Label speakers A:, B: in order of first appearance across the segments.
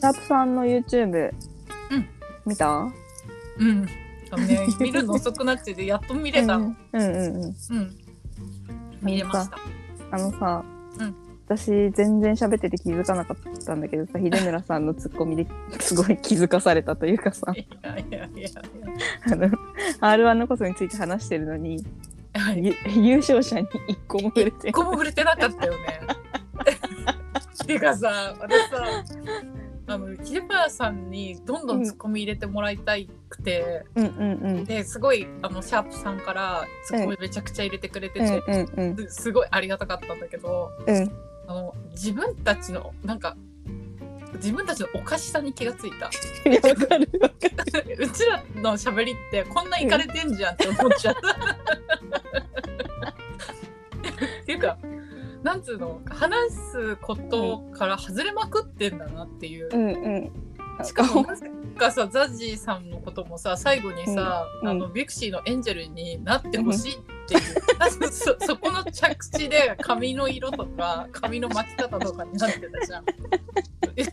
A: ャープさんの YouTube、
B: うん
A: 見た
B: うん。多分ね、見るの遅くなってて、やっと見れた。
A: う
B: うん。
A: んうんうん
B: 見れました。
A: あのさ、
B: うん
A: 私全然喋ってて気づかなかったんだけどさ秀村さんのツッコミです ごい気づかされたというかさ
B: いやいやいやい
A: あの r 1のことについて話してるのに
B: や。はい。
A: ゆ優勝者に一個も触れて
B: 一個も触れてなかったよね。てかさ、私さ、あの、キーパーさんにどんどんツッコミ入れてもらいたいくて、
A: うんうんうん
B: ですごい、あの、シャープさんからツッコミめちゃくちゃ入れてくれて
A: うん
B: て、
A: うん
B: すごいありがたかったんだけど、
A: うんうん
B: あの、自分たちの、なんか、自分たちのおかしさに気がついた。
A: いやわかるわかる
B: うちらの喋りってこんなイかれてんじゃんって思っち ゃった。っていうか、なんつうの、話すことから外れまくってんだなっていう
A: う。んうん
B: しかも、なんかさ、ザジーさんのこともさ、最後にさ、
A: うん
B: あの、ビクシーのエンジェルになってほしいっていう、なん かそそこの着地で髪の色とか、髪の巻き方とかになってたじ ゃん。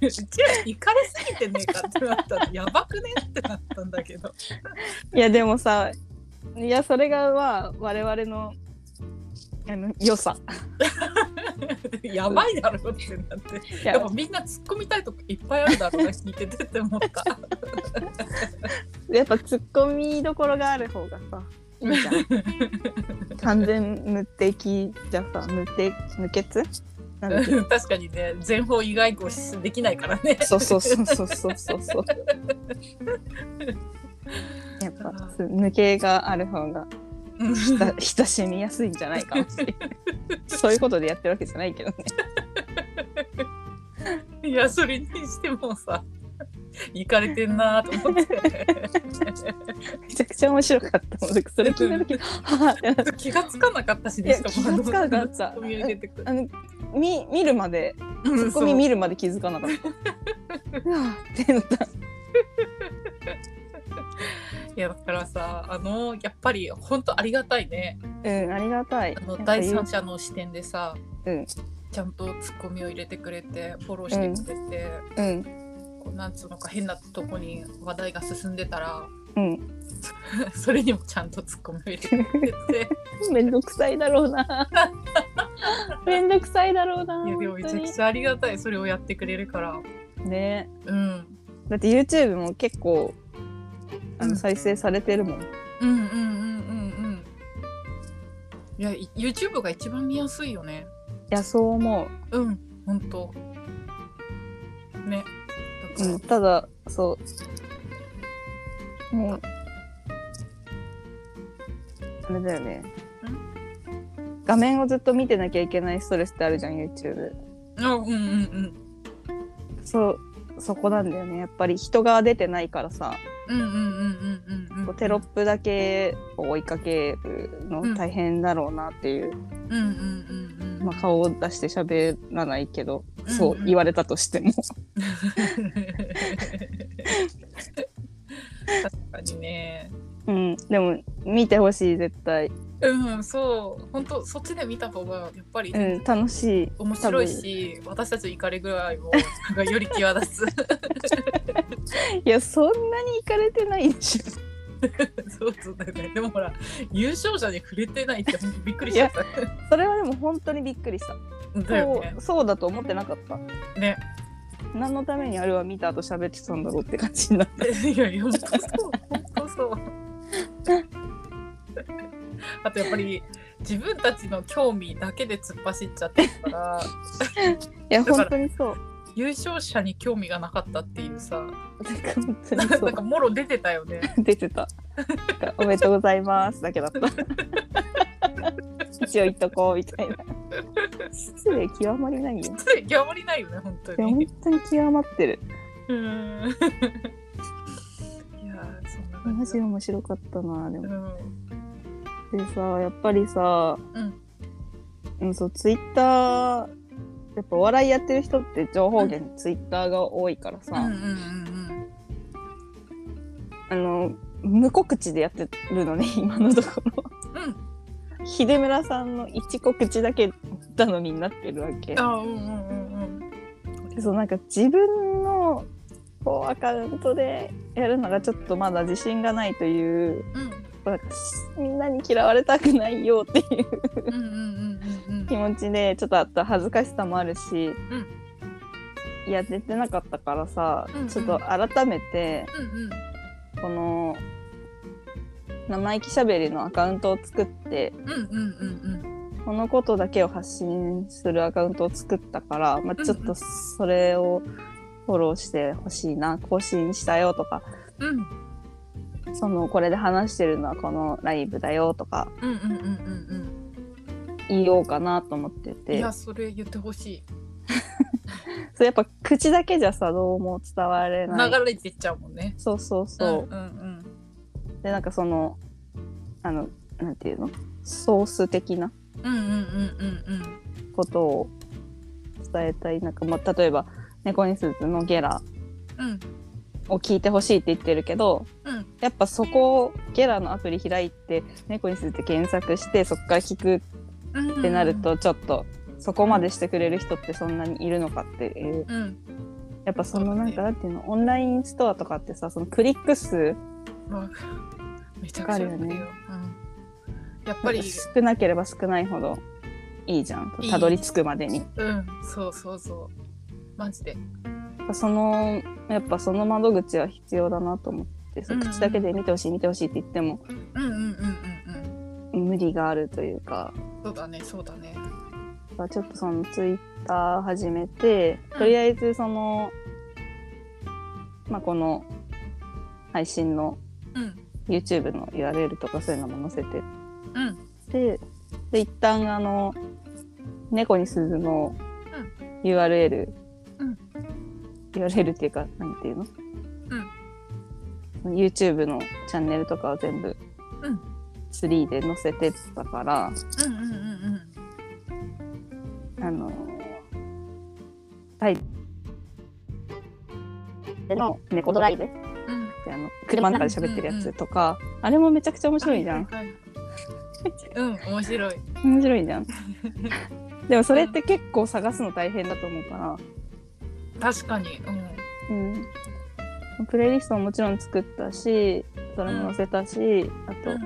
B: うちらイかれすぎてねえかってなったら、やばくねってなったんだけど。
A: いやでもさいやそれがは我々のあの良さ
B: やばいだろうってなって
A: い
B: や
A: や
B: っぱみんな突っ込みたいとこいっぱいあるだろうな聞いててって思った
A: やっぱツッコミどころがある方がさいいじゃん完全無敵じゃさ無敵無欠なんだっけ
B: うん 確かにね全方意外交できないからね
A: そうそうそうそうそうそうそうやっぱす抜けがある方が
B: うん
A: だ親しみやすいんじゃないかもしれないそういうことでやってるわけじゃないけどね
B: いやそれにしてもさいかれてんなと思って
A: めちゃくちゃ面白かったもんそれ聞いた時はぁって
B: 気がつかなかったし
A: いや
B: ねしか
A: 気
B: も
A: がつかなかった
B: あのツッコミを入れてく
A: あの見見るまで
B: うん
A: ツッコ
B: そ
A: ミ
B: う
A: 見るまで気づかなかった。うわーってなった。
B: いやだからさあのやっぱり本当ありがたいね
A: うん、ありがたい。
B: あの
A: やっぱ
B: 第
A: り
B: 三者の視点でさ、
A: うん
B: ちゃんとツッコミを入れてくれてフォローしてくれて、
A: うん、
B: こうなんつうのか変なとこに話題が進んでたら
A: うん。
B: それにもちゃんとツッコミを入れてく れて
A: めんどくさいだろうな。めんどくさいだろうな。
B: いやでもめちゃくちゃありがたいそれをやってくれるから
A: 本当にね。
B: うん
A: だって YouTube も結構、あ
B: うん
A: の、再生されてるもん。
B: うんうんうんうんうんいやい YouTube が一番見やすいよね
A: いや、そう思
B: うんほんとね
A: う。
B: だ
A: う
B: から、
A: ん、ただ、そう。もう、あれだよね。画面をずっと見てなきゃいけないストレスってあるじゃん、YouTube。
B: あうんうんうん
A: そうそこなんだよねやっぱり人が出てないからさ、
B: うんうんうんうんうんう
A: こう
B: ん
A: テロップだけを追いかけるの大変だろうなっていう、
B: うんうんうんう ん
A: まあ、顔を出して喋らないけど、そ
B: うんう
A: うん言われたとして も
B: 確かにね
A: うんでも見てほしい絶対、
B: うんそう本当そっちで見た方がやっぱり
A: うん、楽しい
B: 面白いし、私たちの怒り具合もなんかより際 立
A: い
B: つ
A: やそんなに行かれてないでしょ
B: そうそうだよねでもほら優勝者に触れてないってほんとびっくりしちゃった
A: それはでも本当にびっくりした、
B: だよね
A: そうそうだと思ってなかった
B: ね
A: 何のためにあれは見た後喋ってたんだろうって感じになる
B: いやいや本当そう本当そうあとやっぱり自分たちの興味だけで突っ走っちゃってるから
A: いや
B: だから
A: 本当にそう
B: 優勝者に興味がなかったっていうさ
A: なんか本当
B: な
A: に
B: な
A: そ うん
B: かもろ出てたよね
A: 出てた。なんかおめでとうございますだけだった。一応言っとこうみたいな。失礼極まりないよ。
B: やまりないよね本当
A: いや
B: に
A: 本当に極まってる。
B: うーんいやーそんな感
A: マ
B: じ
A: ジ
B: だ
A: 面白かったなで
B: う
A: も。
B: ん
A: でさやっぱりさ、
B: うん
A: うん、そうツイッターやっぱお笑いやってる人って情報源ツイッターが多いからさ、
B: うんうん
A: あの無告知でやってるのね今のところ。
B: うんうん
A: 秀村さんの一告知だけ頼みになってるわけ。
B: あーうんうんうんうん
A: そうなんか自分のこうアカウントでやるのがちょっとまだ自信がないという
B: うん
A: みんなに嫌われたくないよっていう
B: うんうんうんうん
A: 気持ちでちょっとあった恥ずかしさもあるし、いや出てなかったからさ、
B: うんうん
A: ちょっと改めて
B: うんうん
A: この生意気しゃべりのアカウントを作って
B: うんうんうん
A: このことだけを発信するアカウントを作ったから、まあ、ちょっとそれをフォローしてほしいな更新したよとか
B: うんうん
A: そのこれで話してるのはこのライブだよとか
B: うんうんうんうん
A: 言おうかなと思って
B: うんい
A: て
B: やそれ言ってほしい
A: それやっぱ口だけじゃさどうも伝われない
B: 流れてっちゃうもんね
A: そうそうそう、
B: うんうん
A: でなんかそのあのなんていうのソース的な
B: うんうんうんうんうん
A: ことを伝えたいなんか、まあ、例えば「猫にスーツのゲラ
B: うん」
A: を聞いてほしいって言ってるけど、
B: うん
A: やっぱそこをゲラのアプリ開いて「猫にスーツ」検索してそこから聞く
B: うん
A: ってなるとちょっと。そこまでしてくれる人ってそんなにいるのかっていう
B: うん
A: やっぱそのなんか
B: そ
A: な
B: うだね
A: んていうのオンラインストアとかってさそのクリック数
B: わめちゃくちゃわか
A: わ
B: る
A: かる
B: よ
A: よ
B: うんやっぱり
A: 少なければ少ないほどいいじゃん
B: いい
A: たどり着くまでに
B: うんそうそうそうマジで
A: やっぱそのやっぱその窓口は必要だなと思ってそう
B: うんうん
A: 口だけで見てほしい見てほしいって言っても
B: うんうんうんうん
A: 無理があるというか
B: うんそうだねそうだね
A: だからちょっとそのツイッター始めて
B: うん
A: とりあえずその、まあこの配信の
B: うん
A: YouTube の URL とかそういうのも載せて
B: うん
A: でで一旦あの「猫に鈴」の URL、
B: うん
A: URL っていうかなんていうの、YouTube のチャンネルとかを全部、
B: うん
A: ツリーで載せてったから
B: うんうんうんうん
A: あのタイでの「猫ドライブ」っ
B: うん
A: てあの車の中で喋ってるやつとか、あれもめちゃくちゃ面白いじゃん。
B: はいはいはいうん面白い
A: 面白い じゃん。でもそれって結構探すの大変だと思うから。
B: 確かにうん
A: うん、プレイリストももちろん作ったしそれも載せたし、あ
B: う
A: と
B: ん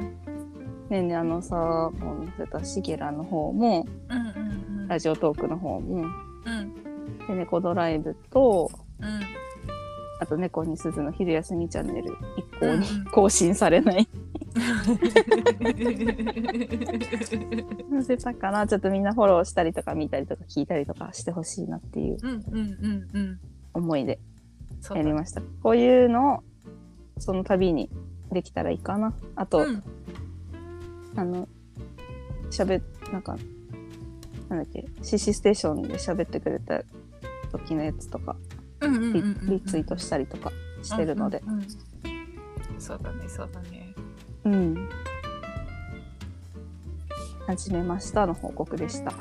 A: 「ねんねあのさ」も載せたしゲラの方も
B: うんうん
A: ラジオトークの方も
B: うん
A: で猫ドライブと
B: うん
A: あと「猫に鈴の昼休みチャンネル」一向に
B: うんうん
A: 更新されない載せたからちょっとみんなフォローしたりとか見たりとか聞いたりとかしてほしいなっていう
B: うんうんうんうん
A: 思いで
B: そう
A: や
B: だ
A: りましたこういうのをその度にできたらいいかなあと、
B: うん
A: あの、喋っ、なんか、なんだっけ、CC ステーションで喋ってくれた時のやつとか、
B: うんうんうん
A: リ
B: うんうん
A: リツイートしたりとかしてるので、
B: うんうんうんそうだねそうだね
A: うん。はじめましたの報告でした。